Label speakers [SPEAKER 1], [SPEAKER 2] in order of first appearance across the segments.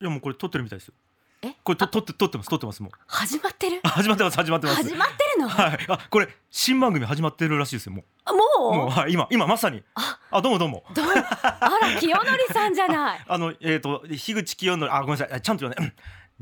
[SPEAKER 1] いやもうこれ撮ってるみたいですよ
[SPEAKER 2] え
[SPEAKER 1] これと撮って撮ってます撮ってますもう
[SPEAKER 2] 始まってる
[SPEAKER 1] あ始まってます始まってます
[SPEAKER 2] 始まってるの、
[SPEAKER 1] はいあこれ新番組始まってるらしいですよも
[SPEAKER 2] あ
[SPEAKER 1] うもう
[SPEAKER 2] もう
[SPEAKER 1] はい今今まさに
[SPEAKER 2] あ
[SPEAKER 1] あどうもどうも
[SPEAKER 2] どう あら清則さんじゃない
[SPEAKER 1] あのえっ、と樋口清則あごめんなさいあちゃんと言わないうん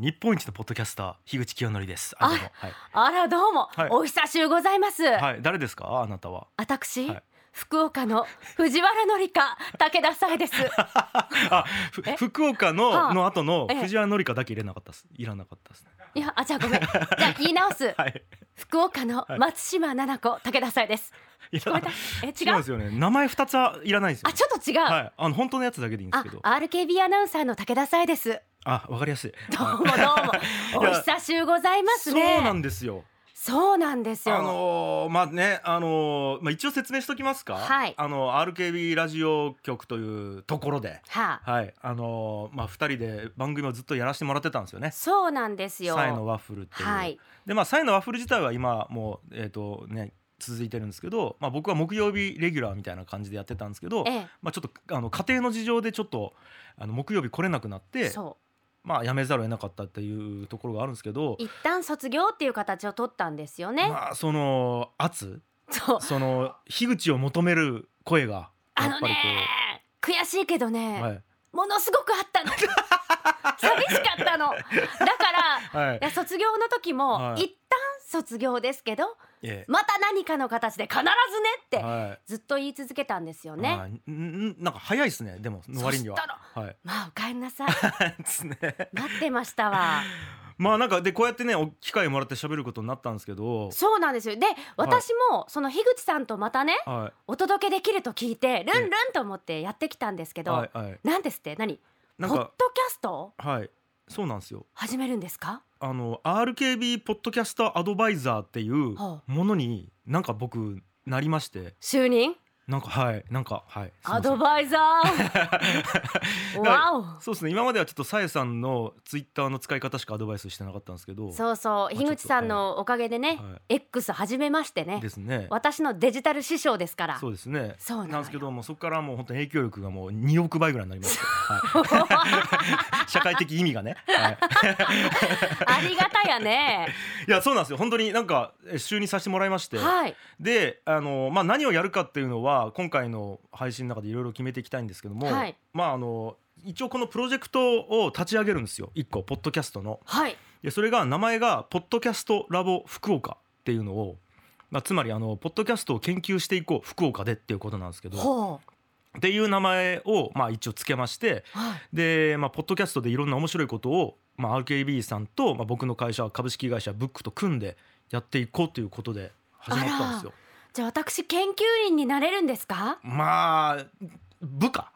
[SPEAKER 1] 日本一のポッドキャスター樋口清則ですあどうもはい、
[SPEAKER 2] あらどうも、
[SPEAKER 1] はい
[SPEAKER 2] お久しゅうございます、
[SPEAKER 1] はい、誰ですかあなたは
[SPEAKER 2] 私、
[SPEAKER 1] はい
[SPEAKER 2] 福岡の藤原紀香武田紗 恵です
[SPEAKER 1] あふ
[SPEAKER 2] え
[SPEAKER 1] 福岡
[SPEAKER 2] は
[SPEAKER 1] の
[SPEAKER 2] あ
[SPEAKER 1] の後の
[SPEAKER 2] ええ
[SPEAKER 1] 藤原紀香だけ入れなかったっすいらなかったですね
[SPEAKER 2] いやあじゃあごめんじゃあ言い直す
[SPEAKER 1] はい
[SPEAKER 2] 福岡の松島菜々子武田紗恵です
[SPEAKER 1] い
[SPEAKER 2] ごめんな
[SPEAKER 1] ら
[SPEAKER 2] え違
[SPEAKER 1] 違うん
[SPEAKER 2] う
[SPEAKER 1] ですよね名前二つはいらないんですよ
[SPEAKER 2] あちょっと違う、
[SPEAKER 1] はいあの本当のやつだけでいいんです
[SPEAKER 2] あ
[SPEAKER 1] けど
[SPEAKER 2] RKB アナウンサーの武田紗恵です
[SPEAKER 1] あわかりや すい
[SPEAKER 2] どうもどうもお
[SPEAKER 1] いや
[SPEAKER 2] 久しゅうございますね
[SPEAKER 1] そうなんですよ。
[SPEAKER 2] そうなんです
[SPEAKER 1] あ
[SPEAKER 2] よ、
[SPEAKER 1] のーまあね、あのーまあ一応説明しときますか。
[SPEAKER 2] はい
[SPEAKER 1] あの RKB ラジオ局というところで、
[SPEAKER 2] はあ、
[SPEAKER 1] はい、あのーまあ二人で番組をずっとやらせてもらってたんですよね。
[SPEAKER 2] そうなんですよ
[SPEAKER 1] サイのワッフルっていう。
[SPEAKER 2] はい
[SPEAKER 1] でまあサイのワッフル自体は今もうえっ、とね続いてるんですけど、まあ僕は木曜日レギュラーみたいな感じでやってたんですけど
[SPEAKER 2] え、え
[SPEAKER 1] まあちょっとあの家庭の事情でちょっとあの木曜日来れなくなって、
[SPEAKER 2] そ
[SPEAKER 1] まあ辞めざるを得なかったっていうところがあるんですけど
[SPEAKER 2] う。一旦卒業っていう形を取ったんですよね、
[SPEAKER 1] まあその圧
[SPEAKER 2] そう
[SPEAKER 1] その樋口を求める声がやっ
[SPEAKER 2] あ
[SPEAKER 1] ぱ
[SPEAKER 2] の
[SPEAKER 1] りこ
[SPEAKER 2] ね悔しいけど
[SPEAKER 1] う
[SPEAKER 2] ね、
[SPEAKER 1] はい
[SPEAKER 2] ものすごくあった の寂しかったのだから
[SPEAKER 1] はい
[SPEAKER 2] いや卒業の時も、
[SPEAKER 1] はい
[SPEAKER 2] 一旦卒業ですけど
[SPEAKER 1] え
[SPEAKER 2] また何かの形で必ずねって、
[SPEAKER 1] えは
[SPEAKER 2] ずっと言い続けたんですよ
[SPEAKER 1] い
[SPEAKER 2] ね、
[SPEAKER 1] はいんんなんか早いですねでもの割には
[SPEAKER 2] そしたら
[SPEAKER 1] はい
[SPEAKER 2] まあお帰りなさい
[SPEAKER 1] ですね
[SPEAKER 2] 待ってましたわ
[SPEAKER 1] まあなんかでこうやってねお機会もらって喋ることになったんですけど
[SPEAKER 2] そうなんですよで私もその樋口さんとまたね
[SPEAKER 1] は
[SPEAKER 2] お届けできると聞いてルンルンと思ってやってきたんですけ
[SPEAKER 1] い
[SPEAKER 2] ど、
[SPEAKER 1] はいはい
[SPEAKER 2] なんですって何
[SPEAKER 1] なん
[SPEAKER 2] ポッド
[SPEAKER 1] か
[SPEAKER 2] キャストを
[SPEAKER 1] はいそうなんですよ
[SPEAKER 2] 始めるんですか
[SPEAKER 1] あの RKB ポッドキャスターアドバイザーっていう
[SPEAKER 2] は
[SPEAKER 1] ものになんか僕なりまして
[SPEAKER 2] 就任
[SPEAKER 1] なんかはいなんかはいすい
[SPEAKER 2] ア
[SPEAKER 1] ません
[SPEAKER 2] ドバイザ ーわ
[SPEAKER 1] そうですね今まではちょっとさえさんのツイッターの使い方しかアドバイスしてなかったんですけど
[SPEAKER 2] おそうそう樋口さんのおかげでね、
[SPEAKER 1] は
[SPEAKER 2] X 始めまして
[SPEAKER 1] い、
[SPEAKER 2] ね
[SPEAKER 1] ですね
[SPEAKER 2] 私のデジタル師匠ですから
[SPEAKER 1] そうですね
[SPEAKER 2] そう
[SPEAKER 1] な
[SPEAKER 2] なんん
[SPEAKER 1] ですけどもうそこからもう本当に影響力がもう2億倍ぐらいになりました、はい、社会的意味がね、はい、
[SPEAKER 2] ありがたやね
[SPEAKER 1] いやそうなんですよ本当になんかえ就任させてもらいまして
[SPEAKER 2] はい
[SPEAKER 1] であの、まあ、何をやるかっていうのは今回の配信の中でいろいろ決めていきたいんですけども、
[SPEAKER 2] はい
[SPEAKER 1] まああの一応このプロジェクトを立ち上げるんですよ1個ポッドキャストの。
[SPEAKER 2] はい
[SPEAKER 1] でそれが名前が「ポッドキャストラボ福岡」っていうのを、まあ、つまりあのポッドキャストを研究していこう福岡でっていうことなんですけど
[SPEAKER 2] ほう
[SPEAKER 1] っていう名前を、まあ、一応つけまして
[SPEAKER 2] はい
[SPEAKER 1] で、まあ、ポッドキャストでいろんな面白いことを、まあ、RKB さんと、まあ、僕の会社株式会社ブックと組んでやっていこうということで始まったんですよ。
[SPEAKER 2] じゃあ私研究員になれるんで すか
[SPEAKER 1] まあ部下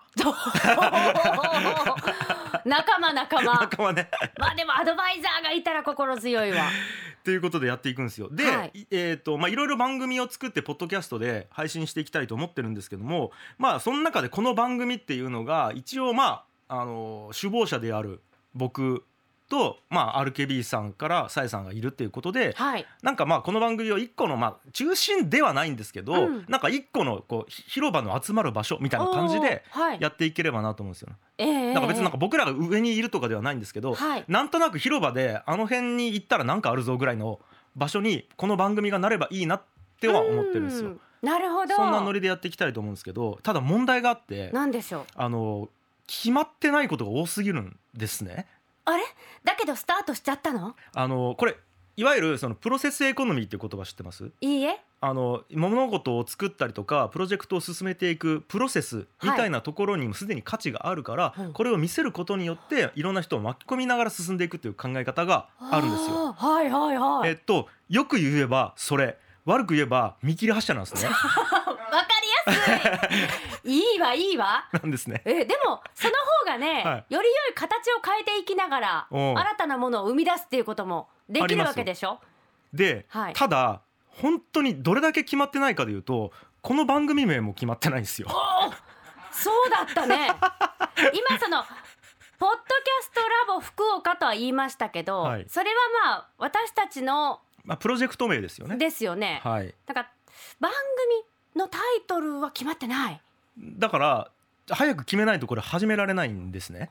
[SPEAKER 2] 仲間仲間
[SPEAKER 1] 仲間ね
[SPEAKER 2] まあでもアドバイザーがいたら心強いわ
[SPEAKER 1] っていうことでやっていくんですよ。で、
[SPEAKER 2] はい
[SPEAKER 1] い、えっ、とまあいろいろ番組を作ってポッドキャストで配信していきたいと思ってるんですけども、まあその中でこの番組っていうのが一応まああの首謀者である僕とまあ RKB さんからさえさんがいるっていうことで、
[SPEAKER 2] はい
[SPEAKER 1] なんかまあこの番組を一個のまあ中心ではないんですけど、
[SPEAKER 2] うん
[SPEAKER 1] なんか一個のこうひ広場の集まる場所みたいな感じで
[SPEAKER 2] おーはい
[SPEAKER 1] やっていければなと思うんですよね。
[SPEAKER 2] ええ
[SPEAKER 1] なんか別になんか僕らが上にいるとかではないんですけど、
[SPEAKER 2] はい
[SPEAKER 1] なんとなく広場であの辺に行ったらなんかあるぞぐらいの場所にこの番組がなればいいなっては思ってるんです
[SPEAKER 2] う
[SPEAKER 1] よ。
[SPEAKER 2] なるほど
[SPEAKER 1] そんなノリでやっていきたいと思うんですけどただ問題があって
[SPEAKER 2] なんでしょう
[SPEAKER 1] あの決まってないことが多すぎるんですね。
[SPEAKER 2] あれだけどスタートしちゃったの
[SPEAKER 1] あのこれいわゆるそのプロセスエコノミーっていう言葉知ってます
[SPEAKER 2] いいえ
[SPEAKER 1] あの物事を作ったりとかプロジェクトを進めていくプロセスみたいなところにもすでに価値があるから、
[SPEAKER 2] うん
[SPEAKER 1] これを見せることによっていろんな人を巻き込みながら進んでいくという考え方があるんですよ。
[SPEAKER 2] あーはいはいはい
[SPEAKER 1] えっとよく言えばそれ悪く言えば見切り発車なんで すね。
[SPEAKER 2] わかりやすいいいわいいわ
[SPEAKER 1] なんですね。
[SPEAKER 2] えでもその方がね、
[SPEAKER 1] は
[SPEAKER 2] より良い形を変えていきながら
[SPEAKER 1] うん
[SPEAKER 2] 新たなものを生み出すっていうこともで
[SPEAKER 1] あ
[SPEAKER 2] き
[SPEAKER 1] り
[SPEAKER 2] る
[SPEAKER 1] ますよ
[SPEAKER 2] わけでしょ
[SPEAKER 1] で、
[SPEAKER 2] はい
[SPEAKER 1] ただ本当にどれだけ決まってないかでいうとこの番組名も決まってないんですよ。
[SPEAKER 2] そうだったね 今そのポッドキャストラボ福岡とは言いましたけど、
[SPEAKER 1] はい
[SPEAKER 2] それはまあ私たちの
[SPEAKER 1] まあプロジェクト名ですよね。
[SPEAKER 2] ですよね、
[SPEAKER 1] はい。
[SPEAKER 2] だから番組のタイトルは決まってない
[SPEAKER 1] だから早く決めないとこれ始められないんですね。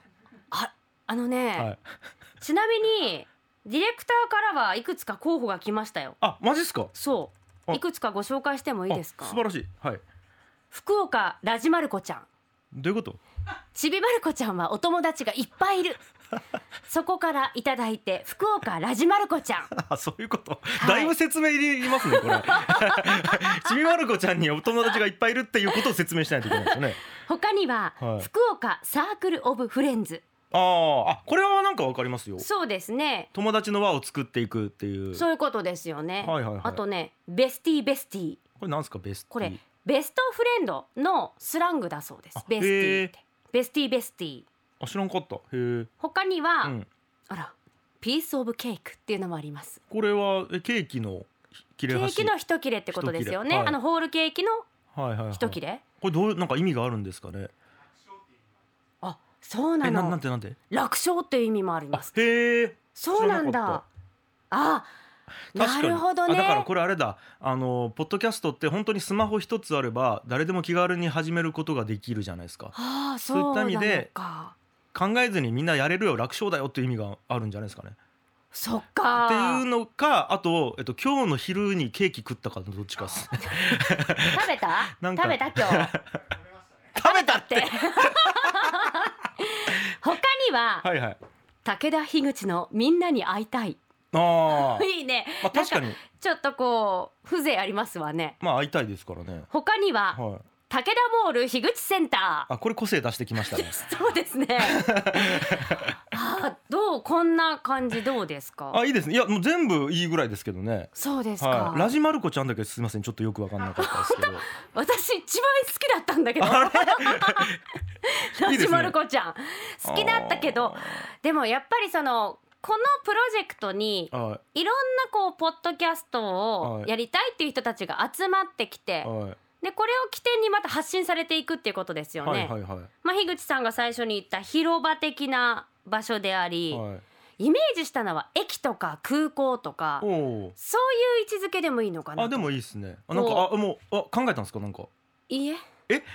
[SPEAKER 2] ああのね、
[SPEAKER 1] はい、
[SPEAKER 2] ちなみにディレクターからはいくつか候補が来ましたよ
[SPEAKER 1] あマジっすか
[SPEAKER 2] そ
[SPEAKER 1] あ
[SPEAKER 2] ういくつかご紹介してもいいですか
[SPEAKER 1] あ素晴らしいはい
[SPEAKER 2] 福岡ラジマルコちゃん
[SPEAKER 1] どういうこと
[SPEAKER 2] ちびまる子ちゃんはお友達がいっ ぱいいるそこからいただいて福岡ラジマルコちゃん
[SPEAKER 1] あそういうこと、
[SPEAKER 2] い
[SPEAKER 1] だいぶ説明いりますねこれ ちびまる子ちゃんにお友達がいっぱいいるっていうことを説明しないといけないですよね
[SPEAKER 2] 他には、
[SPEAKER 1] はい
[SPEAKER 2] 福岡サークルオブフレンズ
[SPEAKER 1] あーあこれはなんかわかりますよ
[SPEAKER 2] そうですね
[SPEAKER 1] 友達の輪を作っていくっていう
[SPEAKER 2] そういうことですよね、
[SPEAKER 1] はいはいはい
[SPEAKER 2] あとねベスティーベスティー
[SPEAKER 1] これなんですかベスティ
[SPEAKER 2] これベストフレンドのスラングだそうです
[SPEAKER 1] あ
[SPEAKER 2] ベスティーってベスティーベスティー
[SPEAKER 1] あ知らんかったへえ、
[SPEAKER 2] 他には、
[SPEAKER 1] うん、
[SPEAKER 2] あらピースオブケークっていうのもあります
[SPEAKER 1] これはえケーキの切
[SPEAKER 2] ケ
[SPEAKER 1] れ
[SPEAKER 2] ー
[SPEAKER 1] 端
[SPEAKER 2] キの一切れってことですよ
[SPEAKER 1] 一切れ
[SPEAKER 2] ね、
[SPEAKER 1] はい
[SPEAKER 2] あのホールケーキの
[SPEAKER 1] はいはい、はい、
[SPEAKER 2] 一切れ、
[SPEAKER 1] これどういうなんか意味があるんですかね
[SPEAKER 2] あそう
[SPEAKER 1] え
[SPEAKER 2] な
[SPEAKER 1] な
[SPEAKER 2] の
[SPEAKER 1] なんてなんて
[SPEAKER 2] 楽勝っていう意味もあり
[SPEAKER 1] あ
[SPEAKER 2] ます
[SPEAKER 1] へえ
[SPEAKER 2] そうなん
[SPEAKER 1] 知らなか
[SPEAKER 2] だあ
[SPEAKER 1] 確か
[SPEAKER 2] な
[SPEAKER 1] に
[SPEAKER 2] るほどね
[SPEAKER 1] あだからこれあれだあのポッドキャストって本当にスマホ一つあれば誰でも気軽に始めることができるじゃないですか
[SPEAKER 2] ああ
[SPEAKER 1] そうい
[SPEAKER 2] そ
[SPEAKER 1] っ
[SPEAKER 2] う
[SPEAKER 1] た
[SPEAKER 2] な
[SPEAKER 1] 意味
[SPEAKER 2] の
[SPEAKER 1] で
[SPEAKER 2] か
[SPEAKER 1] 考えずにみんなやれるよ楽勝だよっていう意味があるんじゃないですかね
[SPEAKER 2] そっ
[SPEAKER 1] ってい
[SPEAKER 2] か
[SPEAKER 1] うのかあと、えっと、今日の昼にケーキ食ったかのどっちかっ すね
[SPEAKER 2] 食べた
[SPEAKER 1] なんか
[SPEAKER 2] 食べた今日
[SPEAKER 1] 食べたっ
[SPEAKER 2] って他には、
[SPEAKER 1] はいはい
[SPEAKER 2] 武田樋口のみんなに会いたい
[SPEAKER 1] あー、
[SPEAKER 2] いいね
[SPEAKER 1] まあ、確か
[SPEAKER 2] なん
[SPEAKER 1] に
[SPEAKER 2] ちょっとこう風情ありますわね
[SPEAKER 1] まあ会いたいですからね
[SPEAKER 2] 他には、
[SPEAKER 1] はい
[SPEAKER 2] 武田モール樋口センター
[SPEAKER 1] あこれ個性出してきま したね
[SPEAKER 2] そうですねあーどうこんな感じどうですか
[SPEAKER 1] あいいですねいやもう全部いいぐらいですけどね
[SPEAKER 2] そうですか、
[SPEAKER 1] はい、ラジマルコちゃんだけすみませんちょっとよくわかんなかったですけど
[SPEAKER 2] 私一番好きだったんだけど
[SPEAKER 1] い
[SPEAKER 2] ラ
[SPEAKER 1] いですね
[SPEAKER 2] ジマルコちゃん 好きだったけどでもやっぱりそのこのプロジェクトに
[SPEAKER 1] あーはい
[SPEAKER 2] ろんなこうポッドキャストを
[SPEAKER 1] はい
[SPEAKER 2] やりたいっていう人たちが集まってきて
[SPEAKER 1] い、はい
[SPEAKER 2] でこれを起点にまた発信されていくっていうことですよね。
[SPEAKER 1] はいはいは
[SPEAKER 2] まあ、樋口さんが最初に言った広場的な場所であり、
[SPEAKER 1] いはい
[SPEAKER 2] イメージしたのは駅とか空港とか
[SPEAKER 1] おお
[SPEAKER 2] そういう位置づけでもいいのかな
[SPEAKER 1] あでもいいですねあなんか
[SPEAKER 2] お
[SPEAKER 1] あもうあ考えたんですかなん か
[SPEAKER 2] いいえ
[SPEAKER 1] え
[SPEAKER 2] で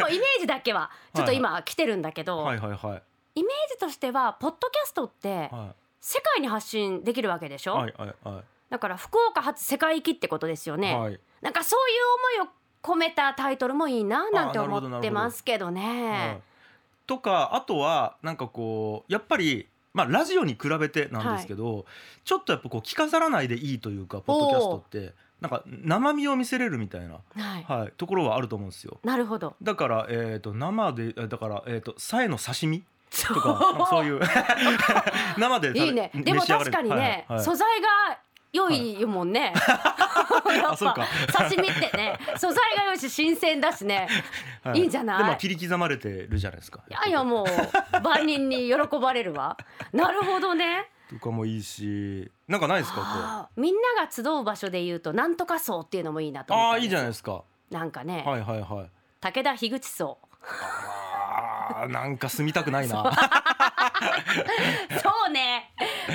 [SPEAKER 2] もイメージだけはちょっと今来てるんだけど、
[SPEAKER 1] はいはいはい
[SPEAKER 2] イメージとしてはポッドキャストって
[SPEAKER 1] は
[SPEAKER 2] 世界に発信できるわけでし
[SPEAKER 1] い
[SPEAKER 2] ょ、
[SPEAKER 1] はいはいは
[SPEAKER 2] だから福岡発世界行きってことですよ
[SPEAKER 1] い
[SPEAKER 2] ね、
[SPEAKER 1] はい
[SPEAKER 2] なんかそういう思いを込めたタイトルもいいななんて
[SPEAKER 1] あなるほど
[SPEAKER 2] 思ってますけど
[SPEAKER 1] は
[SPEAKER 2] ね
[SPEAKER 1] い。とかあとはなんかこうやっぱりまあラジオに比べてなんですけど、ちょっとやっぱこう着飾らないでいいというかポッドキャストってなんか生身を見せれるみたいな、
[SPEAKER 2] はい、
[SPEAKER 1] はい、ところはあると思うんですよ。
[SPEAKER 2] なるほど。
[SPEAKER 1] だから、えー、と生でえだから、えー、とさえの刺身
[SPEAKER 2] そ
[SPEAKER 1] とかなんかそういう 生で食べ
[SPEAKER 2] いいね。
[SPEAKER 1] 召
[SPEAKER 2] でも
[SPEAKER 1] し上がれ
[SPEAKER 2] 確かにね、
[SPEAKER 1] はいはい
[SPEAKER 2] 素材が良いもん ね。や
[SPEAKER 1] あ
[SPEAKER 2] っ
[SPEAKER 1] そう
[SPEAKER 2] ぱ
[SPEAKER 1] か
[SPEAKER 2] 刺身ってね、素材が良いし新鮮だしね。
[SPEAKER 1] はい
[SPEAKER 2] いんじゃない
[SPEAKER 1] でも切り刻まれてるじゃないですか
[SPEAKER 2] いやいやもう万人に喜ばれるわ。なるほどね。
[SPEAKER 1] とかもいいしなんかないですかこう
[SPEAKER 2] あーみんなが集う場所で言うとなんとか層っていうのもいいなと思っ
[SPEAKER 1] あ
[SPEAKER 2] た
[SPEAKER 1] あ
[SPEAKER 2] ん
[SPEAKER 1] い
[SPEAKER 2] で
[SPEAKER 1] いじ
[SPEAKER 2] すよ
[SPEAKER 1] ゃないですか
[SPEAKER 2] なんかね、
[SPEAKER 1] はいはいはい
[SPEAKER 2] 武田樋口層。
[SPEAKER 1] あーなんか住みたくないな
[SPEAKER 2] そうね。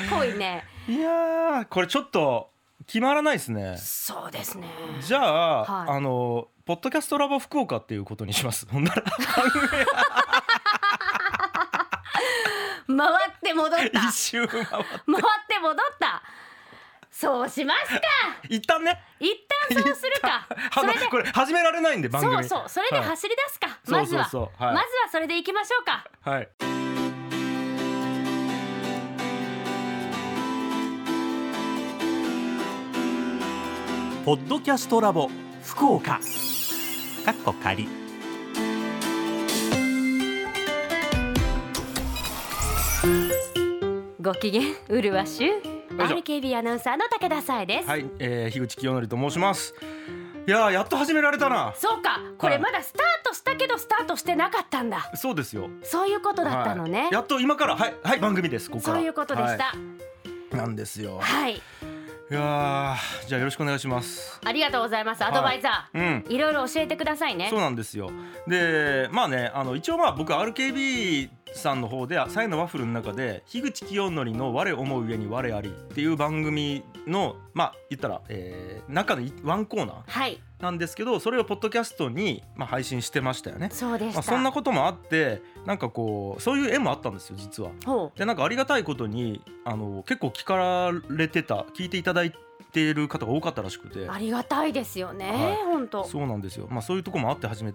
[SPEAKER 2] 濃いね。
[SPEAKER 1] いやーこれちょっと決まらないですね
[SPEAKER 2] そうですね。
[SPEAKER 1] じゃあ、
[SPEAKER 2] はい
[SPEAKER 1] あのポッドキャストラボ福岡っていうことにしますほんなら
[SPEAKER 2] 回って戻った。回っ て
[SPEAKER 1] 一周回っ
[SPEAKER 2] 戻った。そうしますか。
[SPEAKER 1] 一旦ね
[SPEAKER 2] 一旦そうす るか。
[SPEAKER 1] あ
[SPEAKER 2] そ
[SPEAKER 1] の
[SPEAKER 2] れで
[SPEAKER 1] これ始められないんで番組
[SPEAKER 2] そうそうそれで
[SPEAKER 1] はい
[SPEAKER 2] 走り出すか、
[SPEAKER 1] そう
[SPEAKER 2] まずは
[SPEAKER 1] そうそうはい
[SPEAKER 2] まずはそれでいきましょうか
[SPEAKER 1] はい。ポッドキャストラボ福岡。
[SPEAKER 3] かっこ仮
[SPEAKER 2] ご機嫌うるわしゅう
[SPEAKER 1] いしょ
[SPEAKER 2] RKB アナウンサーの武田紗恵です、
[SPEAKER 1] はい、えー、樋口清則と申します。いやー、やっと始められたな。
[SPEAKER 2] そうかこ
[SPEAKER 1] は
[SPEAKER 2] れ
[SPEAKER 1] い
[SPEAKER 2] まだスタートしたけどスタートしてなかったんだ
[SPEAKER 1] そうですよ。
[SPEAKER 2] そういうことだったのね、
[SPEAKER 1] はいやっと今から、はい、はい、番組です。ここか
[SPEAKER 2] そ
[SPEAKER 1] ら。
[SPEAKER 2] ういうことでした
[SPEAKER 1] は。いなんですよ。
[SPEAKER 2] はい、
[SPEAKER 1] いやー、じゃあよろしくお願いします。
[SPEAKER 2] ありがとうございますアドバイザー、
[SPEAKER 1] うん。
[SPEAKER 2] い、ろいろ教えてくださいね
[SPEAKER 1] そうなんですよでまあねあの一応まあ僕 RKB さんの方で「サイのワッフル」の中で樋口清則の「我思う上に我あり」っていう番組のまあ言ったら、えー中のいワンコーナー
[SPEAKER 2] はい
[SPEAKER 1] なんですけどそれをポッドキャストに、まあ、配信してましたよね。
[SPEAKER 2] そうでし
[SPEAKER 1] ま
[SPEAKER 2] た、
[SPEAKER 1] あ、そんなこともあってなんかこうそういう絵もあったんですよ実は。
[SPEAKER 2] ほう
[SPEAKER 1] でなんかありがたいことにあの結構聞かれてた聞いていただいている方が多かったらしくて
[SPEAKER 2] ありがたいですよね、
[SPEAKER 1] はい
[SPEAKER 2] 本当
[SPEAKER 1] そうなんですよ、まあ、そういうとこもあって始め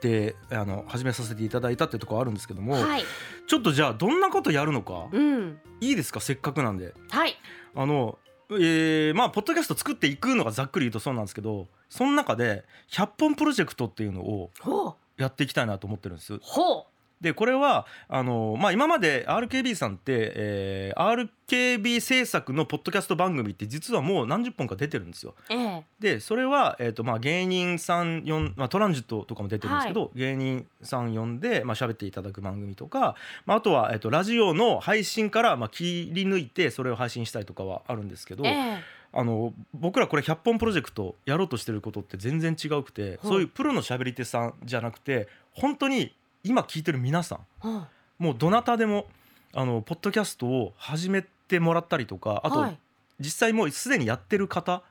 [SPEAKER 1] てあの始めさせていただいたってとこあるんですけども、
[SPEAKER 2] はい
[SPEAKER 1] ちょっとじゃあどんなことやるのか
[SPEAKER 2] うん
[SPEAKER 1] いいですかせっかくなんで。
[SPEAKER 2] はい
[SPEAKER 1] あのえーまあポッドキャスト作っていくのがざっくり言うとそうなんですけどその中で100本プロジェクトっていうのを
[SPEAKER 2] ほう
[SPEAKER 1] やっていきたいなと思ってるんです。
[SPEAKER 2] ほ
[SPEAKER 1] でこれはあの、まあ、今まで RKB さんって、えー RKB 制作のポッドキャスト番組って実はもう何十本か出てるんですよ。
[SPEAKER 2] うえ
[SPEAKER 1] でそれは、えーとまあ、芸人さん呼ん、まあ、トランジットとかも出てるんですけど、芸人さん呼んで、まあ喋っていただく番組とか、まあ、あとは、えー、とラジオの配信から、まあ、切り抜いてそれを配信したりとかはあるんですけど、
[SPEAKER 2] ええ
[SPEAKER 1] あの僕らこれ100本プロジェクトやろうとしてることって全然違うくて、そういうプロの喋り手さんじゃなくて本当に今聞いてる皆さん
[SPEAKER 2] えうん
[SPEAKER 1] もうどなたでもあのポッドキャストを始めてもらったりとかあと、
[SPEAKER 2] はい
[SPEAKER 1] 実際もうすでにやってる方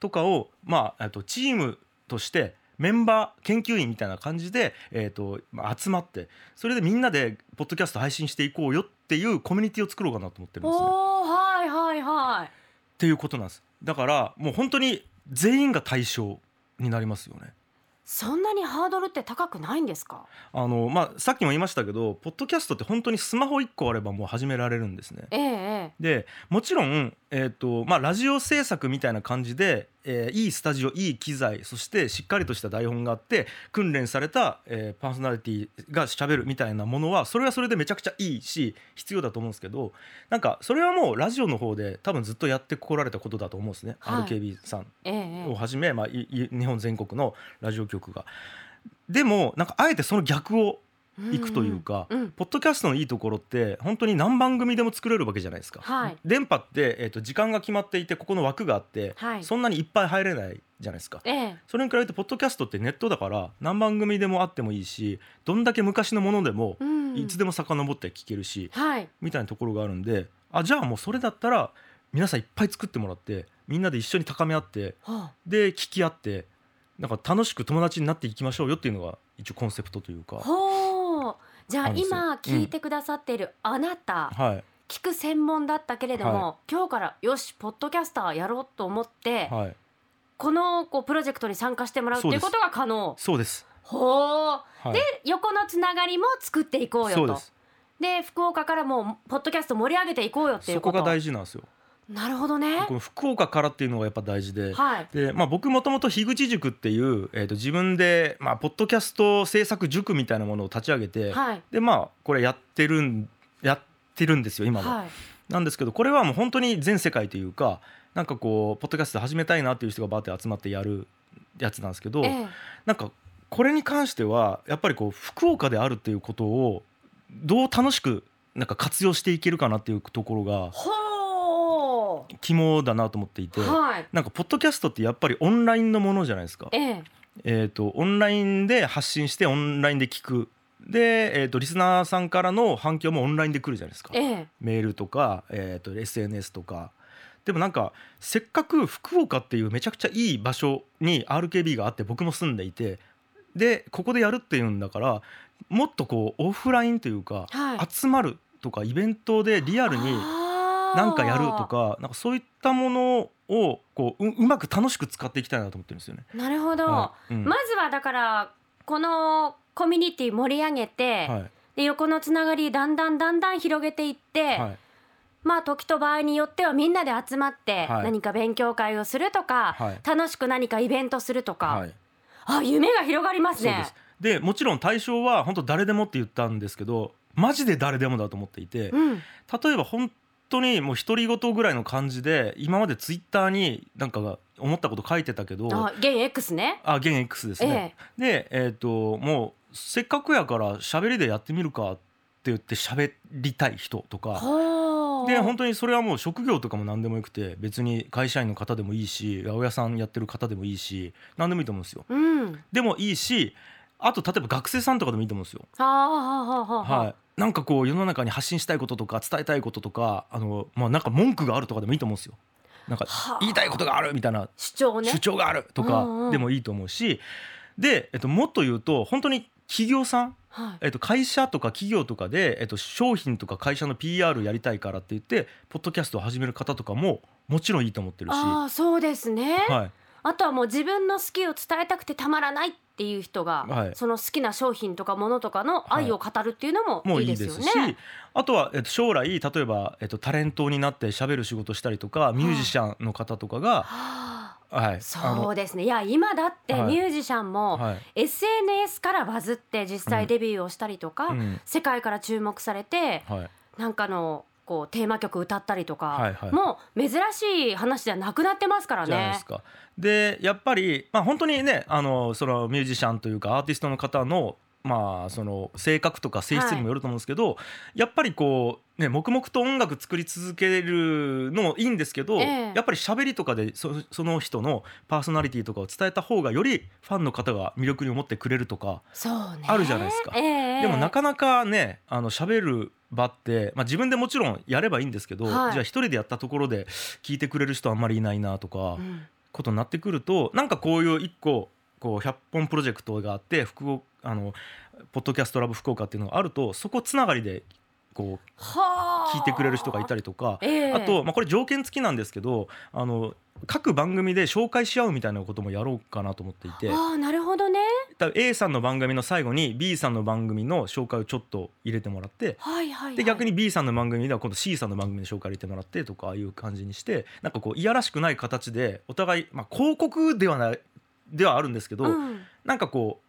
[SPEAKER 1] とかを、まあ、あとチームとしてメンバー研究員みたいな感じで、えーとまあ集まってそれでみんなでポッドキャスト配信していこうよっていうコミュニティを作ろうかなと思ってるんですね。っ
[SPEAKER 2] おーはいはいはい
[SPEAKER 1] ていうことなんです。だからもう本当に全員が対象になりますよね。
[SPEAKER 2] そんなにハードルって高くないんですか
[SPEAKER 1] あのまあ、さっきも言いましたけどポッドキャストって本当にスマホ1個あればもう始められるんですね。
[SPEAKER 2] えええ
[SPEAKER 1] でもちろん、えーとまあ、ラジオ制作みたいな感じで、えーいいスタジオいい機材そしてしっかりとした台本があって訓練された、えーパーソナリティがしゃべるみたいなものはそれはそれでめちゃくちゃいいし必要だと思うんですけどなんかそれはもうラジオの方で多分ずっとやってこられたことだと思うんですね、
[SPEAKER 2] はい
[SPEAKER 1] RKB さん
[SPEAKER 2] えええ
[SPEAKER 1] をはじめ、まあ、いい日本全国のラジオ局が。でもなんかあえてその逆を
[SPEAKER 2] え
[SPEAKER 1] 行くというか
[SPEAKER 2] うんうんうん
[SPEAKER 1] ポッドキャストのいいところって本当に何番組でも作れるわけじゃないですか。
[SPEAKER 2] はい
[SPEAKER 1] 電波って、えー、と時間が決まっていてここの枠があって、
[SPEAKER 2] はい
[SPEAKER 1] そんなにいっぱい入れないじゃないですか。
[SPEAKER 2] ええ
[SPEAKER 1] それに比べてポッドキャストってネットだから何番組でもあってもいいしどんだけ昔のものでも
[SPEAKER 2] うん
[SPEAKER 1] いつでも遡って聞けるし、
[SPEAKER 2] はい
[SPEAKER 1] みたいなところがあるんであじゃあもうそれだったら皆さんいっぱい作ってもらってみんなで一緒に高め合って
[SPEAKER 2] は
[SPEAKER 1] で聞き合ってなんか楽しく友達になっていきましょうよっていうのが一応コンセプトというか
[SPEAKER 2] あ。ほうじゃあ
[SPEAKER 1] あるんですよ
[SPEAKER 2] 今聞いてくださっているあなた、
[SPEAKER 1] はい
[SPEAKER 2] 聞く専門だったけれども、
[SPEAKER 1] は
[SPEAKER 2] 今日からよしポッドキャスターやろうと思って、
[SPEAKER 1] はい、
[SPEAKER 2] このこうプロジェクトに参加してもらうって
[SPEAKER 1] そう
[SPEAKER 2] い
[SPEAKER 1] で
[SPEAKER 2] う
[SPEAKER 1] す
[SPEAKER 2] ことが可能
[SPEAKER 1] そうです。
[SPEAKER 2] ほう
[SPEAKER 1] はい、
[SPEAKER 2] 横のつながりも作っていこうよ
[SPEAKER 1] そ
[SPEAKER 2] と
[SPEAKER 1] うです。
[SPEAKER 2] で福岡からもポッドキャスト盛り上げていこうよってい
[SPEAKER 1] そうこ
[SPEAKER 2] こと
[SPEAKER 1] が大事なんですよ。
[SPEAKER 2] なるほどね
[SPEAKER 1] この福岡からっていうのがやっぱ大事で。
[SPEAKER 2] はい
[SPEAKER 1] でまあ、僕もともと樋口塾っていう、えー、と自分で、まあ、ポッドキャスト制作塾みたいなものを立ち上げて、
[SPEAKER 2] はい
[SPEAKER 1] でまあこれやってるんやってるんですよ今も、
[SPEAKER 2] はい
[SPEAKER 1] なんですけどこれはもう本当に全世界というかなんかこうポッドキャスト始めたいなっていう人がバーって集まってやるやつなんですけど、
[SPEAKER 2] ええ
[SPEAKER 1] なんかこれに関してはやっぱりこう福岡であるっていうことをどう楽しくなんか活用していけるかなっていうところが
[SPEAKER 2] ほう
[SPEAKER 1] 肝だなと思っていて。
[SPEAKER 2] はい
[SPEAKER 1] なんかポッドキャストってやっぱりオンラインのものじゃないですか。
[SPEAKER 2] ええ
[SPEAKER 1] えー、とオンラインで発信してオンラインで聞くで、えー、とリスナーさんからの反響もオンラインで来るじゃないですか
[SPEAKER 2] ええ
[SPEAKER 1] メールとか、えー、と SNS とかでもなんかせっかく福岡っていうめちゃくちゃいい場所に RKB があって僕も住んでいてでここでやるっていうんだからもっとこうオフラインというか、
[SPEAKER 2] はい
[SPEAKER 1] 集まるとかイベントでリアルに
[SPEAKER 2] な
[SPEAKER 1] なんかやるとかなんかそういったものをこうううまく楽しく使っていきたいなと思ってるんですよね。
[SPEAKER 2] なるほど、
[SPEAKER 1] はいうん
[SPEAKER 2] まずはだからこのコミュニティ盛り上げて、
[SPEAKER 1] は
[SPEAKER 2] で横のつながりだんだんだんだん広げていって、
[SPEAKER 1] いはい
[SPEAKER 2] まあ時と場合によってはみんなで集まって
[SPEAKER 1] はい
[SPEAKER 2] 何か勉強会をするとか、
[SPEAKER 1] はい
[SPEAKER 2] 楽しく何かイベントするとか、
[SPEAKER 1] はい
[SPEAKER 2] あ夢が広がります
[SPEAKER 1] そう
[SPEAKER 2] ね
[SPEAKER 1] です。でもちろん対象は本当誰でもって言ったんですけどマジで誰でもだと思っていて
[SPEAKER 2] うん、
[SPEAKER 1] 例えば本当にもう独り言ぐらいの感じで今までツイッターになんかが思ったこと書いてたけど
[SPEAKER 2] あ現 X ね
[SPEAKER 1] あ現 X ですね。で、えー、ともうせっかくやから喋りでやってみるかって言って喋りたい人とか。
[SPEAKER 2] ほう
[SPEAKER 1] で本当にそれはもう職業とかも何でもよくて別に会社員の方でもいいし八百屋さんやってる方でもいいし何でもいいと思うんですよ
[SPEAKER 2] うん
[SPEAKER 1] でもいいしあと例えば学生さんとかでもいいと思うんですよ
[SPEAKER 2] あーはははは、
[SPEAKER 1] はいなんかこう世の中に発信したいこととか伝えたいこととかあのまあなんか文句があるとかでもいいと思うんですよなんか
[SPEAKER 2] はあ
[SPEAKER 1] 言いたいことがあるみたいな
[SPEAKER 2] 主張ね
[SPEAKER 1] 主張があると
[SPEAKER 2] うんう
[SPEAKER 1] か
[SPEAKER 2] ん
[SPEAKER 1] でもいいと思うしで、えっと、もっと言うと本当に企業さん、
[SPEAKER 2] はい
[SPEAKER 1] えっと、会社とか企業とかで、えっと、商品とか会社の PR やりたいからって言ってポッドキャストを始める方とかももちろんいいと思ってるし、
[SPEAKER 2] あ
[SPEAKER 1] は
[SPEAKER 2] あそうですね、
[SPEAKER 1] い、
[SPEAKER 2] あとはもう自分の好きを伝えたくてたまらないっていう人が、
[SPEAKER 1] はい
[SPEAKER 2] その好きな商品とかものとかの愛を語るっていうの
[SPEAKER 1] も
[SPEAKER 2] も
[SPEAKER 1] う
[SPEAKER 2] いい
[SPEAKER 1] いい
[SPEAKER 2] で
[SPEAKER 1] ですす
[SPEAKER 2] よ
[SPEAKER 1] し
[SPEAKER 2] ね。
[SPEAKER 1] あとは、えっと、将来例えば、えっと、タレントになって喋る仕事したりとかミュージシャンの方とかが、
[SPEAKER 2] はあ
[SPEAKER 1] はい、あの
[SPEAKER 2] そうですねいや今だって
[SPEAKER 1] はい
[SPEAKER 2] ミュージシャンも
[SPEAKER 1] はい
[SPEAKER 2] SNS からバズって実際デビューをしたりとか、
[SPEAKER 1] うん
[SPEAKER 2] 世界から注目されて
[SPEAKER 1] はい
[SPEAKER 2] なんかのこうテーマ曲歌ったりとか、
[SPEAKER 1] はいはい
[SPEAKER 2] もう珍しい話じゃなくなってますから
[SPEAKER 1] じゃないで
[SPEAKER 2] ね
[SPEAKER 1] す。か。でやっぱり、まあ、本当にねあのそのミュージシャンというかアーティストの方の,、まあその性格とか性質にもよると思うんですけど、やっぱりこう、ね、黙々と音楽作り続けるのもいいんですけど、
[SPEAKER 2] ええ
[SPEAKER 1] やっぱり喋りとかでそその人のパーソナリティとかを伝えた方がよりファンの方が魅力に思ってくれるとか。
[SPEAKER 2] そうね
[SPEAKER 1] あるじゃないですか
[SPEAKER 2] ええ
[SPEAKER 1] でもなかなかねあの喋る場って、まあ、自分でもちろんやればいいんですけど、
[SPEAKER 2] はい
[SPEAKER 1] じゃあ一人でやったところで聞いてくれる人あんまりいないなとか
[SPEAKER 2] う、ん
[SPEAKER 1] ことになってくるとなんかこういう一個こう100本プロジェクトがあって福岡あのポッドキャストラブ福岡っていうのがあるとそこつながりでこう
[SPEAKER 2] はあ
[SPEAKER 1] 聞いてくれる人がいたりとか、
[SPEAKER 2] ええ
[SPEAKER 1] あと、まあ、これ条件付きなんですけどあの各番組で紹介し合うみたいなこともやろうかなと思っていて
[SPEAKER 2] ああなるほどね
[SPEAKER 1] 多分 A さんの番組の最後に B さんの番組の紹介をちょっと入れてもらって。
[SPEAKER 2] はいはい、はい、
[SPEAKER 1] で逆に B さんの番組では今度 C さんの番組の紹介入れてもらってとかああいう感じにしてなんかこういやらしくない形でお互い、まあ、広告ではないではあるんですけど、
[SPEAKER 2] うん
[SPEAKER 1] なんかこ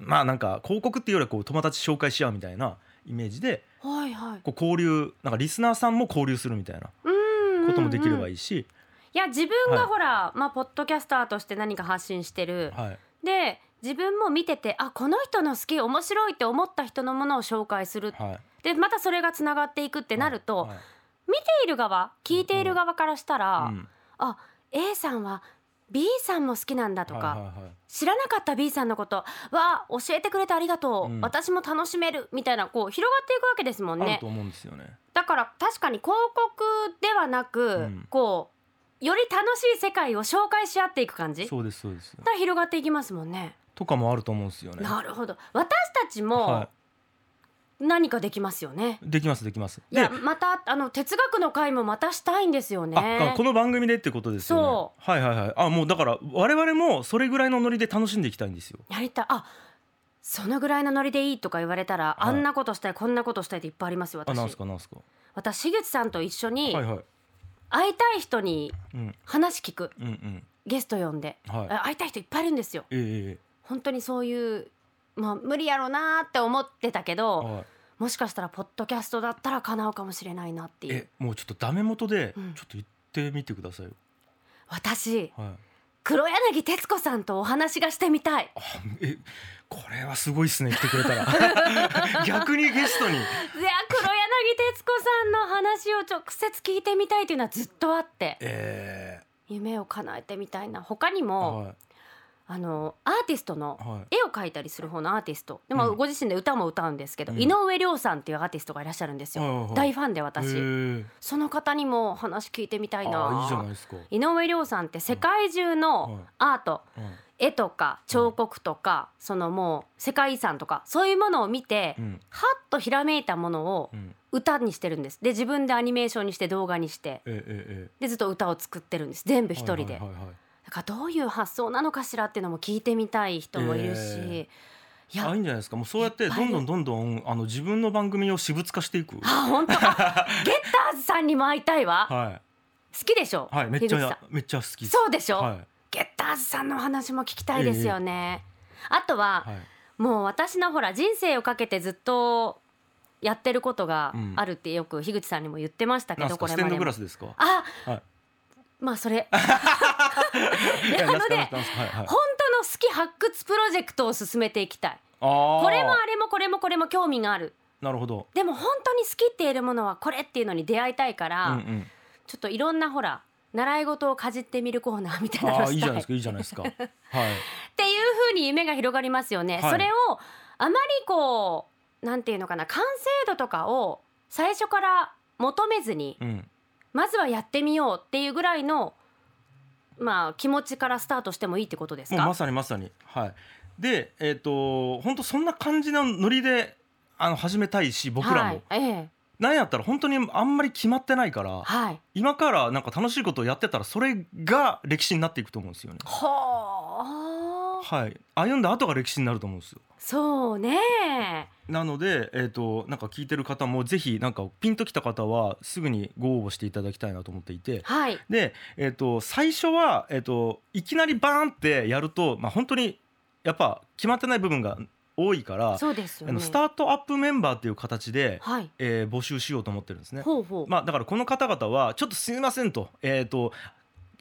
[SPEAKER 1] うまあなんか広告っていうよりはこう友達紹介し合うみたいなイメージで
[SPEAKER 2] はいはい
[SPEAKER 1] こう交流なんかリスナーさんも交流するみたいな
[SPEAKER 2] うん
[SPEAKER 1] こともできれば
[SPEAKER 2] い
[SPEAKER 1] いいし、
[SPEAKER 2] いや自分
[SPEAKER 1] は
[SPEAKER 2] が
[SPEAKER 1] い
[SPEAKER 2] ほら、まあポッドキャスターとして何か発信してる、
[SPEAKER 1] はい
[SPEAKER 2] で自分も見ててあこの人の好き面白いって思った人のものを紹介する、
[SPEAKER 1] はい、っ
[SPEAKER 2] でまたそれがつながっていくって
[SPEAKER 1] て
[SPEAKER 2] なると、見ている側聞いている側からしたら、A さんは B さんも好きなんだとか、知らなかった B さんのことは教えてくれてありがとう、
[SPEAKER 1] うん
[SPEAKER 2] 私も楽しめるみたいなこう広がっていくわけですもん
[SPEAKER 1] ある
[SPEAKER 2] ね
[SPEAKER 1] と思うんですよね。
[SPEAKER 2] だから確かに広告ではなく、
[SPEAKER 1] うん
[SPEAKER 2] こうより楽しい世界を紹介し合っていく感じだか
[SPEAKER 1] そうですそうです。
[SPEAKER 2] ら広がっていきますもんね
[SPEAKER 1] とかもあると思うんですよね。
[SPEAKER 2] なるほど私たちも
[SPEAKER 1] は
[SPEAKER 2] 何かできますよね、
[SPEAKER 1] い、できますできます。
[SPEAKER 2] い、やまたあの哲学の会もまたしたいんですよ
[SPEAKER 1] あ
[SPEAKER 2] ね
[SPEAKER 1] この番組でってことですよね。
[SPEAKER 2] そ
[SPEAKER 1] はいはいはい。あもうだから我々もそれぐらいのノリで楽しんでいきたいんですよ。
[SPEAKER 2] やりたいあそのぐらいのノリでいいとか言われたら、
[SPEAKER 1] はい
[SPEAKER 2] あんなことしたいこんなことしたいっていっぱいありますよ
[SPEAKER 1] あなんす
[SPEAKER 2] 私
[SPEAKER 1] かなんすか。
[SPEAKER 2] 私樋口さんと一緒に
[SPEAKER 1] はいはい。
[SPEAKER 2] 会いたい人に
[SPEAKER 1] うん
[SPEAKER 2] 話聞く
[SPEAKER 1] うんうん。
[SPEAKER 2] ゲスト呼んで、
[SPEAKER 1] はい。
[SPEAKER 2] あ会いたい人いっぱいいるんですよ
[SPEAKER 1] ええええ
[SPEAKER 2] 本当にそういうまあ無理やろうなーって思ってたけど
[SPEAKER 1] はい。
[SPEAKER 2] もしかしたらポッドキャストだったら叶うかもしれないなっていう
[SPEAKER 1] えもうちょっとダメ元でち
[SPEAKER 2] う
[SPEAKER 1] ょ
[SPEAKER 2] ん
[SPEAKER 1] っと言ってみてくださいよ、
[SPEAKER 2] 私
[SPEAKER 1] はい
[SPEAKER 2] 黒柳徹子さんとお話がしてみたい
[SPEAKER 1] あえこれはすごいっすね来てくれた ら逆にゲストに
[SPEAKER 2] いや黒柳徹子さんの話を直接聞いてみたいというのはずっとあって
[SPEAKER 1] え
[SPEAKER 2] 夢を叶えてみたいな他に
[SPEAKER 1] ー、
[SPEAKER 2] も
[SPEAKER 1] は
[SPEAKER 2] あのアーティストの
[SPEAKER 1] いはい
[SPEAKER 2] 絵を描いたりする方のアーティストでも
[SPEAKER 1] うん
[SPEAKER 2] ご自身で歌も歌うんですけど、
[SPEAKER 1] うん
[SPEAKER 2] 井上涼さんっていうアーティストがいらっしゃるんですよ、
[SPEAKER 1] はいはいはい
[SPEAKER 2] 大ファンで私、
[SPEAKER 1] えー、
[SPEAKER 2] その方にも話聞いてみたいな
[SPEAKER 1] あいいじゃないですか、
[SPEAKER 2] 井上涼さんって世界中
[SPEAKER 1] は
[SPEAKER 2] の
[SPEAKER 1] い
[SPEAKER 2] アート、
[SPEAKER 1] うん
[SPEAKER 2] 絵とか彫刻とか、そのもう世界遺産とかそういうものを見て、
[SPEAKER 1] うん
[SPEAKER 2] はっとひらめいたものを
[SPEAKER 1] うん、
[SPEAKER 2] 歌にしてるんですで自分でアニメーションにして動画にして
[SPEAKER 1] えー、え
[SPEAKER 2] でずっと歌を作ってるんです全部
[SPEAKER 1] ー、
[SPEAKER 2] 一人で、
[SPEAKER 1] はいはいはいはい
[SPEAKER 2] だからどういう発想なのかしらっていうのも聞いてみたい人もいるし、
[SPEAKER 1] え
[SPEAKER 2] いや
[SPEAKER 1] あいいんじゃないですかもうそうやって
[SPEAKER 2] いっぱい
[SPEAKER 1] どん
[SPEAKER 2] いる
[SPEAKER 1] どんどんどんあの自分の番組を私物化していく
[SPEAKER 2] あ 本当あゲッターズさんにも会いたいわ
[SPEAKER 1] は
[SPEAKER 2] 好きでしょ、
[SPEAKER 1] いはいめっち
[SPEAKER 2] 樋口さ
[SPEAKER 1] ゃめっちゃ好き
[SPEAKER 2] んそうでしょ、
[SPEAKER 1] はい
[SPEAKER 2] ゲッターズさんのお話も聞きたいですよね、あとは、
[SPEAKER 1] はい
[SPEAKER 2] もう私のほら人生をかけてずっとやってることが
[SPEAKER 1] うん
[SPEAKER 2] あるってよく樋口さんにも言ってましたけ
[SPEAKER 1] なん
[SPEAKER 2] ど、
[SPEAKER 1] す
[SPEAKER 2] こ
[SPEAKER 1] か
[SPEAKER 2] れ
[SPEAKER 1] ステ
[SPEAKER 2] ま
[SPEAKER 1] ンド
[SPEAKER 2] で
[SPEAKER 1] グ
[SPEAKER 2] も
[SPEAKER 1] ラスですか
[SPEAKER 2] あ、
[SPEAKER 1] はい
[SPEAKER 2] まあそ れ
[SPEAKER 1] いや
[SPEAKER 2] なので
[SPEAKER 1] なんすかなんすかはいはい
[SPEAKER 2] 本当の好き発掘プロジェクトを進めていきたい
[SPEAKER 1] あー
[SPEAKER 2] これもあれもこれもこれも興味がある
[SPEAKER 1] なるほど
[SPEAKER 2] でも本当に好きっているものはこれっていうのに出会いたいから、
[SPEAKER 1] うんうん
[SPEAKER 2] ちょっといろんなほら習い事をかじってみるコー ナーみたいな
[SPEAKER 1] あ
[SPEAKER 2] の
[SPEAKER 1] あーいいじ
[SPEAKER 2] した
[SPEAKER 1] ゃ
[SPEAKER 2] い
[SPEAKER 1] ないですかいいじゃないです かはい
[SPEAKER 2] っていう風に夢が広がりますよね、
[SPEAKER 1] はい
[SPEAKER 2] それをあまりこうなんていうのかな完成度とかを最初から求めずに
[SPEAKER 1] うん
[SPEAKER 2] まずはやってみようっていうぐらいのまあ気持ちからスタートしてもいいってことです
[SPEAKER 1] もうま
[SPEAKER 2] か
[SPEAKER 1] さにまさにはいでえっ、と本当そんな感じのノリであの始めたいし僕らも、
[SPEAKER 2] はいええ
[SPEAKER 1] なんやったら本当にあんまり決まってないから
[SPEAKER 2] はい
[SPEAKER 1] 今からなんか楽しいことをやってたらそれが歴史になっていくと思うんですよね
[SPEAKER 2] はあ
[SPEAKER 1] はい歩んだ後が歴史になると思うんですよ
[SPEAKER 2] そうね
[SPEAKER 1] なので、えー、となんか聞いてる方もぜひなんかピンときた方はすぐにご応募していただきたいなと思っていて
[SPEAKER 2] はい
[SPEAKER 1] で、えー、と最初は、えー、といきなりバーンってやると、まあ、本当にやっぱ決まってない部分が多いから、
[SPEAKER 2] そうですよ
[SPEAKER 1] あ
[SPEAKER 2] ね
[SPEAKER 1] のスタートアップメンバーっていう形で、
[SPEAKER 2] はい
[SPEAKER 1] えー募集しようと思ってるんですね。
[SPEAKER 2] ほうほう、
[SPEAKER 1] まあ、だからこの方々はちょっとすみませんと,、えー、と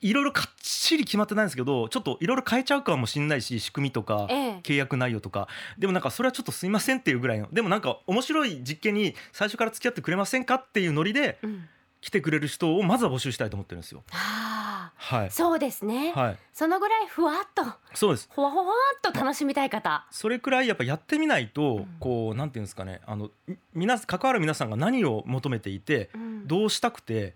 [SPEAKER 1] いろいろかっちり決まってないんですけどちょっといろいろ変えちゃうかもしれないし仕組みとか。
[SPEAKER 2] ええ
[SPEAKER 1] 契約内容とかでもなんかそれはちょっとすいませんっていうぐらいのでもなんか面白い実験に最初から付き合ってくれませんかっていうノリで
[SPEAKER 2] うん、
[SPEAKER 1] 来てくれる人をまずは募集したいと思ってるんですよ
[SPEAKER 2] あ
[SPEAKER 1] はい
[SPEAKER 2] あそうですね、
[SPEAKER 1] はい
[SPEAKER 2] そのぐらいふわっと
[SPEAKER 1] そうです
[SPEAKER 2] ほわほわっと楽しみたい方
[SPEAKER 1] それくらいやっぱやってみないと、
[SPEAKER 2] うん
[SPEAKER 1] こうなんていうんですかねあのみ皆さん関わる皆さんが何を求めていて
[SPEAKER 2] うん
[SPEAKER 1] どうしたくて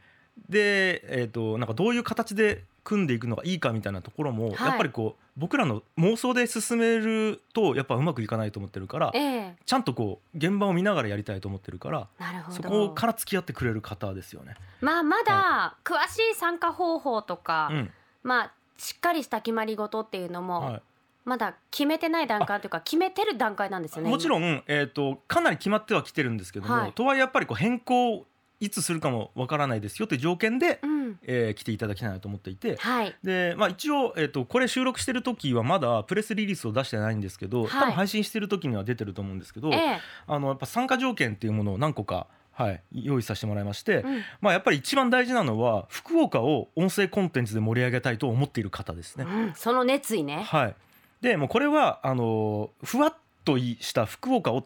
[SPEAKER 1] でえっ、となんかどういう形で組んでいくのがいいかみたいなところも、
[SPEAKER 2] はい
[SPEAKER 1] やっぱりこう僕らの妄想で進めるとやっぱうまくいかないと思ってるから
[SPEAKER 2] ええ
[SPEAKER 1] ちゃんとこう現場を見ながらやりたいと思ってるから
[SPEAKER 2] なるほど
[SPEAKER 1] そこから付き合ってくれる方ですよね。
[SPEAKER 2] まあまだ詳しい参加方法とか、
[SPEAKER 1] うん
[SPEAKER 2] まあしっかりした決まり事っていうのも、
[SPEAKER 1] は
[SPEAKER 2] まだ決めてない段階というか決めてる段階なんです
[SPEAKER 1] い、
[SPEAKER 2] よね
[SPEAKER 1] もちろん、えー、とかなり決まってはきてるんですけども、
[SPEAKER 2] はい
[SPEAKER 1] とはいえやっぱりこう変更をいつするかもわからないですよという条件で、
[SPEAKER 2] 今うん
[SPEAKER 1] えー来ていただきたいなと思っていて。
[SPEAKER 2] はい
[SPEAKER 1] でまあ、一応、えー、とこれ収録してる時はまだプレスリリースを出してないんですけど、
[SPEAKER 2] はい
[SPEAKER 1] 多分配信してる時には出てると思うんですけど、
[SPEAKER 2] ええ
[SPEAKER 1] あのやっぱ参加条件っていうものを何個か、はい、用意させてもらいまして、
[SPEAKER 2] うん
[SPEAKER 1] まあ、やっぱり一番大事なのは福岡を音声コンテンツで盛り上げたいと思っている方ですね。
[SPEAKER 2] うんその熱意ね
[SPEAKER 1] はい、でもうこれはあのーふわっとした福岡を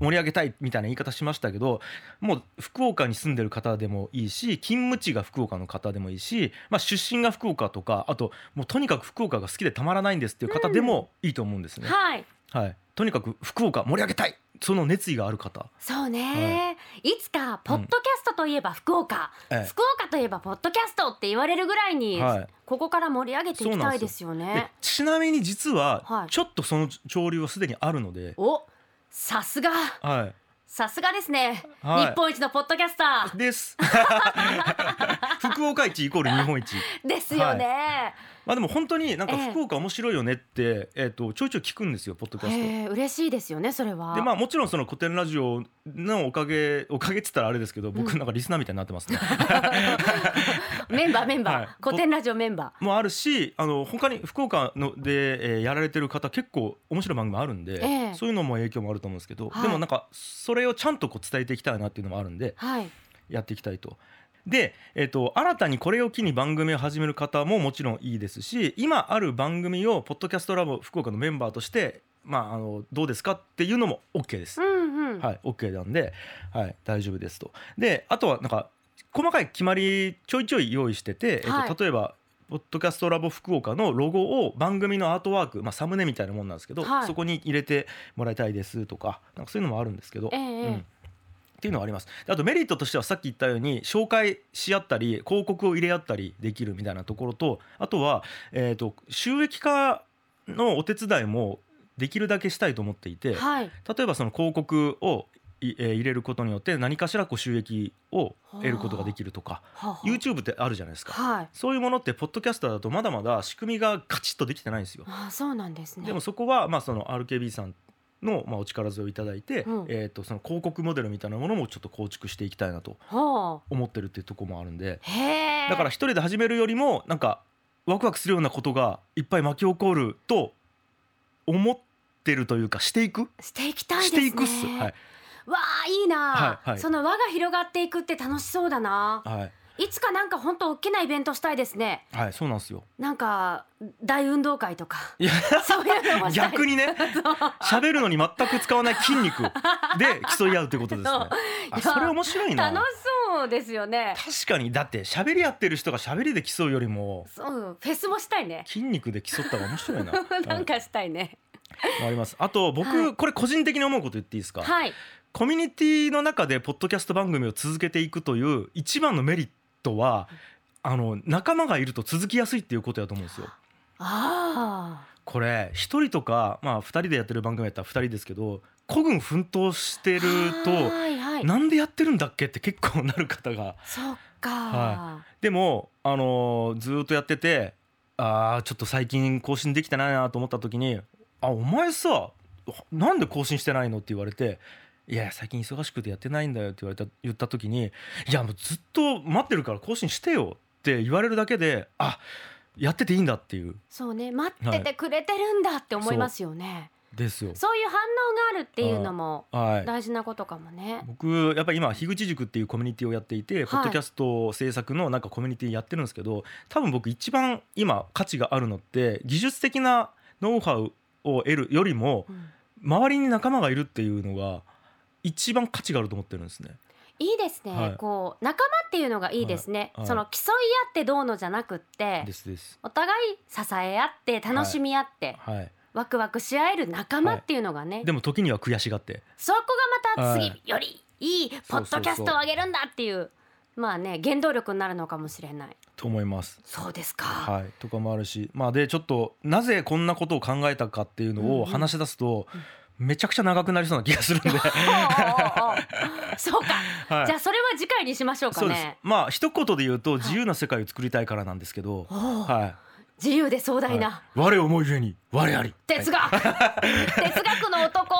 [SPEAKER 1] 盛り上げたいみたいな言い方しましたけどもう福岡に住んでる方でもいいし勤務地が福岡の方でもいいし、まあ、出身が福岡とかあともうとにかく福岡が好きでたまらないんですっていう方でもいいと思うんですね。
[SPEAKER 2] はい
[SPEAKER 1] はい、とにかく福岡盛り上げたいその熱意がある方、
[SPEAKER 2] そうね、い、つかポッドキャストといえば福岡、
[SPEAKER 1] ええ
[SPEAKER 2] 福岡といえばポッドキャストって言われるぐらいに、
[SPEAKER 1] はい
[SPEAKER 2] ここから盛り上げていきたいですよ
[SPEAKER 1] で
[SPEAKER 2] ね
[SPEAKER 1] ちなみに実
[SPEAKER 2] は
[SPEAKER 1] はいちょっとその潮流はすでにあるので、
[SPEAKER 2] おさすが
[SPEAKER 1] はい、
[SPEAKER 2] さすがですね、
[SPEAKER 1] はい
[SPEAKER 2] 日本一のポッドキャスタ
[SPEAKER 1] です。 福岡一イコール日本一。
[SPEAKER 2] ーですよね、
[SPEAKER 1] まあでも本当になんか
[SPEAKER 2] ええ
[SPEAKER 1] 福岡面白いよねって、えっ、とちょいちょい聞くんですよポッドキャスト。
[SPEAKER 2] へえ嬉しいですよねそれは
[SPEAKER 1] でまあもちろんその古典ラジオのおかげおかげっつったらあれですけど
[SPEAKER 2] う
[SPEAKER 1] 僕なんかリスナーみたいになって ますね。
[SPEAKER 2] メンバーメンバー、
[SPEAKER 1] はい
[SPEAKER 2] 古典ラジオメンバ
[SPEAKER 1] もあるしあの他に福岡ので、えーやられてる方結構面白い番組もあるんで、
[SPEAKER 2] ええ
[SPEAKER 1] そういうのも影響もあると思うんですけど、
[SPEAKER 2] はい
[SPEAKER 1] でもなんかそれをちゃんとこう伝えていきたいなっていうのもあるんで
[SPEAKER 2] ーはい
[SPEAKER 1] やっていきたいと。で、えっと新たにこれを機に番組を始める方ももちろんいいですし今ある番組をポッドキャストラボ福岡のメンバーとして、まあ、あのどうですかっていうのも OK です。
[SPEAKER 2] うんうん、
[SPEAKER 1] はい、OK なんで、はい、大丈夫ですと。であとはなんか細かい決まりちょいちょい用意してて、
[SPEAKER 2] は
[SPEAKER 1] えっ
[SPEAKER 2] い
[SPEAKER 1] と例えばポッドキャストラボ福岡のロゴを番組のアートワーク、まあ、サムネみたいなもんなんですけど、
[SPEAKER 2] はい
[SPEAKER 1] そこに入れてもらいたいですとかなんかそういうのもあるんですけど。
[SPEAKER 2] ええええ
[SPEAKER 1] うんっていうのはありますであとメリットとしてはさっき言ったように紹介し合ったり広告を入れ合ったりできるみたいなところとあとは、えー、と収益化のお手伝いもできるだけしたいと思っていて、
[SPEAKER 2] はい
[SPEAKER 1] 例えばその広告をいえー入れることによって何かしらこう収益を得ることができるとか
[SPEAKER 2] はは
[SPEAKER 1] YouTube ってあるじゃないですか
[SPEAKER 2] はい
[SPEAKER 1] そういうものってポッドキャスターだとまだまだ仕組みがカチッとできてないんですよ
[SPEAKER 2] あーそうなんですね
[SPEAKER 1] でもそこはまあその RKB さんのまあお力添えをいただいて
[SPEAKER 2] うん
[SPEAKER 1] えーとその広告モデルみたいなものもちょっと構築していきたいなと
[SPEAKER 2] ほ
[SPEAKER 1] 思ってるっていうところもあるんで
[SPEAKER 2] うへえ
[SPEAKER 1] だから一人で始めるよりもなんかワクワクするようなことがいっぱい巻き起こると思ってるというかしていく
[SPEAKER 2] していきたい
[SPEAKER 1] し
[SPEAKER 2] です
[SPEAKER 1] て
[SPEAKER 2] ね
[SPEAKER 1] いくっすはい
[SPEAKER 2] わあいいな、
[SPEAKER 1] はいはい
[SPEAKER 2] その輪が広がっていくって楽しそうだな
[SPEAKER 1] はい
[SPEAKER 2] いつかなんか本当大きなイベントしたいですね
[SPEAKER 1] はい、そうなんですよ。
[SPEAKER 2] なんか大運動会とか
[SPEAKER 1] いや
[SPEAKER 2] そういうのもしたい
[SPEAKER 1] 逆にね、喋るのに全く使わない筋肉 で競い合うということですね
[SPEAKER 2] そう。
[SPEAKER 1] あ、
[SPEAKER 2] いや
[SPEAKER 1] それ面白いな。
[SPEAKER 2] 楽し
[SPEAKER 1] 確
[SPEAKER 2] そうですよね
[SPEAKER 1] かに、だって喋りやってる人が喋りで競うよりも
[SPEAKER 2] そうフェスもしたいね
[SPEAKER 1] 筋肉で競った方が面白い な。
[SPEAKER 2] なんかしたいね
[SPEAKER 1] はいあります。あと僕、
[SPEAKER 2] はい
[SPEAKER 1] これ個人的に思うこと言っていいですか。
[SPEAKER 2] はい
[SPEAKER 1] コミュニティの中でポッドキャスト番組を続けていくという一番のメリットはあの仲間がいると続きやすいっていうことやと思うんですよ。
[SPEAKER 2] ああ
[SPEAKER 1] これ一人とか、まあ、二人でやってる番組やったら二人ですけど孤軍奮闘してると
[SPEAKER 2] はいはい
[SPEAKER 1] なんでやってるんだっけって結構なる方が
[SPEAKER 2] そっか、
[SPEAKER 1] はでも、あのーずーっとやっててあーちょっと最近更新できてないなと思った時に「あお前さなんで更新してないの?」って言われて「いやいや最近忙しくてやってないんだよ」って言われた言った時に「いやもうずっと待ってるから更新してよ」って言われるだけで「あやってていいんだ」っていう
[SPEAKER 2] そうね待っててくれてるんだって思いますよね、
[SPEAKER 1] ですよ。
[SPEAKER 2] そういう反応があるっていうのも
[SPEAKER 1] はい、
[SPEAKER 2] 大事なことかもね、
[SPEAKER 1] 僕やっぱり今樋口塾っていうコミュニティをやっていて、
[SPEAKER 2] い
[SPEAKER 1] ポッドキャスト制作のなんかコミュニティやってるんですけど多分僕一番今価値があるのって技術的なノウハウを得るよりも
[SPEAKER 2] うん
[SPEAKER 1] 周りに仲間がいるっていうのが一番価値があると思ってるんですね。
[SPEAKER 2] いいですね、
[SPEAKER 1] はい
[SPEAKER 2] こう仲間っていうのがいいですね、
[SPEAKER 1] はいはい
[SPEAKER 2] その競い合ってどうのじゃなくって
[SPEAKER 1] ですです。
[SPEAKER 2] お互い支え合って楽しみ合って、
[SPEAKER 1] はい、
[SPEAKER 2] ワクワクし合える仲間っていうのがね、
[SPEAKER 1] でも時には悔しがって
[SPEAKER 2] そこがまた次、
[SPEAKER 1] はい
[SPEAKER 2] よりいいポッドキャストを上げるんだっていうまあね原動力になるのかもしれない
[SPEAKER 1] と思います。
[SPEAKER 2] そうですか、
[SPEAKER 1] はい、とかもあるし、まあ、でちょっとなぜこんなことを考えたかっていうの
[SPEAKER 2] うんう
[SPEAKER 1] を
[SPEAKER 2] ん
[SPEAKER 1] 話し出すと、めちゃくちゃ長くなりそうな気がす るんで、は
[SPEAKER 2] おうおうおうそうか、
[SPEAKER 1] い、
[SPEAKER 2] じゃあそれは次回にしましょうか
[SPEAKER 1] そうです
[SPEAKER 2] ね。
[SPEAKER 1] まあ一言で言うと自由な世界を作りたいからなんですけど、
[SPEAKER 2] おう
[SPEAKER 1] は
[SPEAKER 2] 自由で壮
[SPEAKER 1] い、は
[SPEAKER 2] 大
[SPEAKER 1] い
[SPEAKER 2] な、
[SPEAKER 1] 我を思いゆえに我あり。
[SPEAKER 2] 哲学、 哲学の男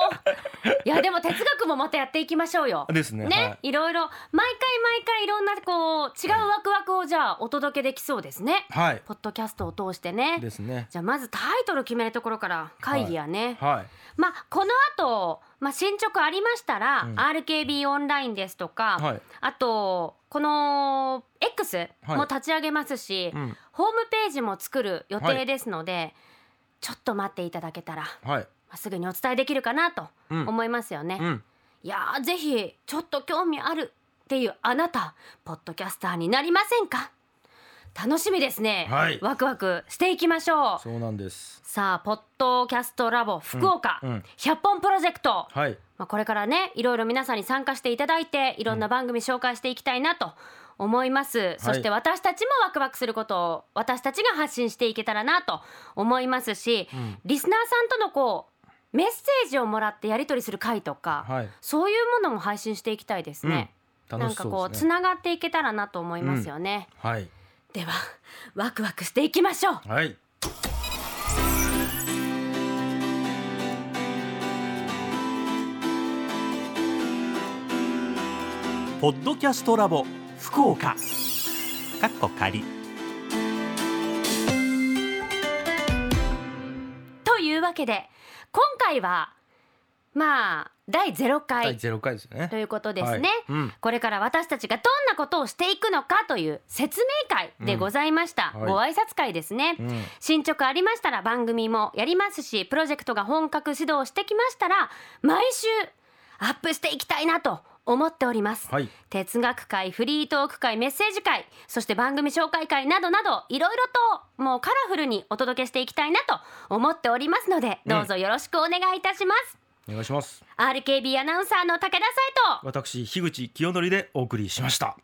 [SPEAKER 2] いやでも哲学もまたやっていきましょうよ。
[SPEAKER 1] ですね。
[SPEAKER 2] ね、、
[SPEAKER 1] はい
[SPEAKER 2] ろいろ毎回毎回いろんなこう違うワクワクをじゃあお届けできそうですね。
[SPEAKER 1] い、はい
[SPEAKER 2] ポッドキャストを通して
[SPEAKER 1] で
[SPEAKER 2] ね。
[SPEAKER 1] すね。
[SPEAKER 2] じゃあまずタイトル決めるところから会議やね。
[SPEAKER 1] は
[SPEAKER 2] まあこの後まあ進捗ありましたら、
[SPEAKER 1] うん
[SPEAKER 2] RKB オンラインですとか、
[SPEAKER 1] い、はい、
[SPEAKER 2] あとこの X
[SPEAKER 1] はい
[SPEAKER 2] も立ち上げますし、
[SPEAKER 1] うん、
[SPEAKER 2] ホームページも作る予定ですので、ちょっと待っていただけたら、ま
[SPEAKER 1] はい、
[SPEAKER 2] あ、すぐにお伝えできるかなと
[SPEAKER 1] うん、
[SPEAKER 2] 思いますよね。
[SPEAKER 1] うん、
[SPEAKER 2] いやーぜひちょっと興味あるっていうあなたポッドキャスターになりませんか楽しみですね、
[SPEAKER 1] はい
[SPEAKER 2] ワクワクしていきましょう
[SPEAKER 1] そうなんです。
[SPEAKER 2] さあポッドキャストラボ福岡、
[SPEAKER 1] うん、
[SPEAKER 2] 100本プロジェクト、
[SPEAKER 1] はい、
[SPEAKER 2] まあ、これからねいろいろ皆さんに参加していただいていろんな番組紹介していきたいなと思います、そして私たちもワクワクすることを私たちが発信していけたらなと思いますし、
[SPEAKER 1] うん、
[SPEAKER 2] リスナーさんとのこうメッセージをもらってやり取りする回とか、
[SPEAKER 1] はい、
[SPEAKER 2] そういうものも配信していきたいですね、
[SPEAKER 1] うん、
[SPEAKER 2] なん
[SPEAKER 1] 楽し
[SPEAKER 2] かこ
[SPEAKER 1] そううで
[SPEAKER 2] つ
[SPEAKER 1] すね。
[SPEAKER 2] ながっていけたらなと思いますよね、
[SPEAKER 1] はい、
[SPEAKER 2] ではワクワクしていきましょう
[SPEAKER 1] はい、
[SPEAKER 3] ポッドキャストラボ福岡かっこ仮
[SPEAKER 2] というわけで今回はまあ第0回、
[SPEAKER 1] 第ゼロ回ですよね
[SPEAKER 2] と。いうことです
[SPEAKER 1] は
[SPEAKER 2] ね、
[SPEAKER 1] いうん、
[SPEAKER 2] これから私たちがどんなことをしていくのかという説明会でございました、
[SPEAKER 1] うんはい
[SPEAKER 2] ご挨拶会ですね、
[SPEAKER 1] うん、
[SPEAKER 2] 進捗ありましたら番組もやりますしプロジェクトが本格始動してきましたら毎週アップしていきたいなと思っております、
[SPEAKER 1] はい、
[SPEAKER 2] 哲学会フリートーク会メッセージ会そして番組紹介会などなどいろいろともうカラフルにお届けしていきたいなと思っておりますのでどうぞよろしくお願いいたします、
[SPEAKER 1] お願いします。
[SPEAKER 2] RKB アナウンサーの武田斉藤
[SPEAKER 1] 私樋口清則でお送りしました。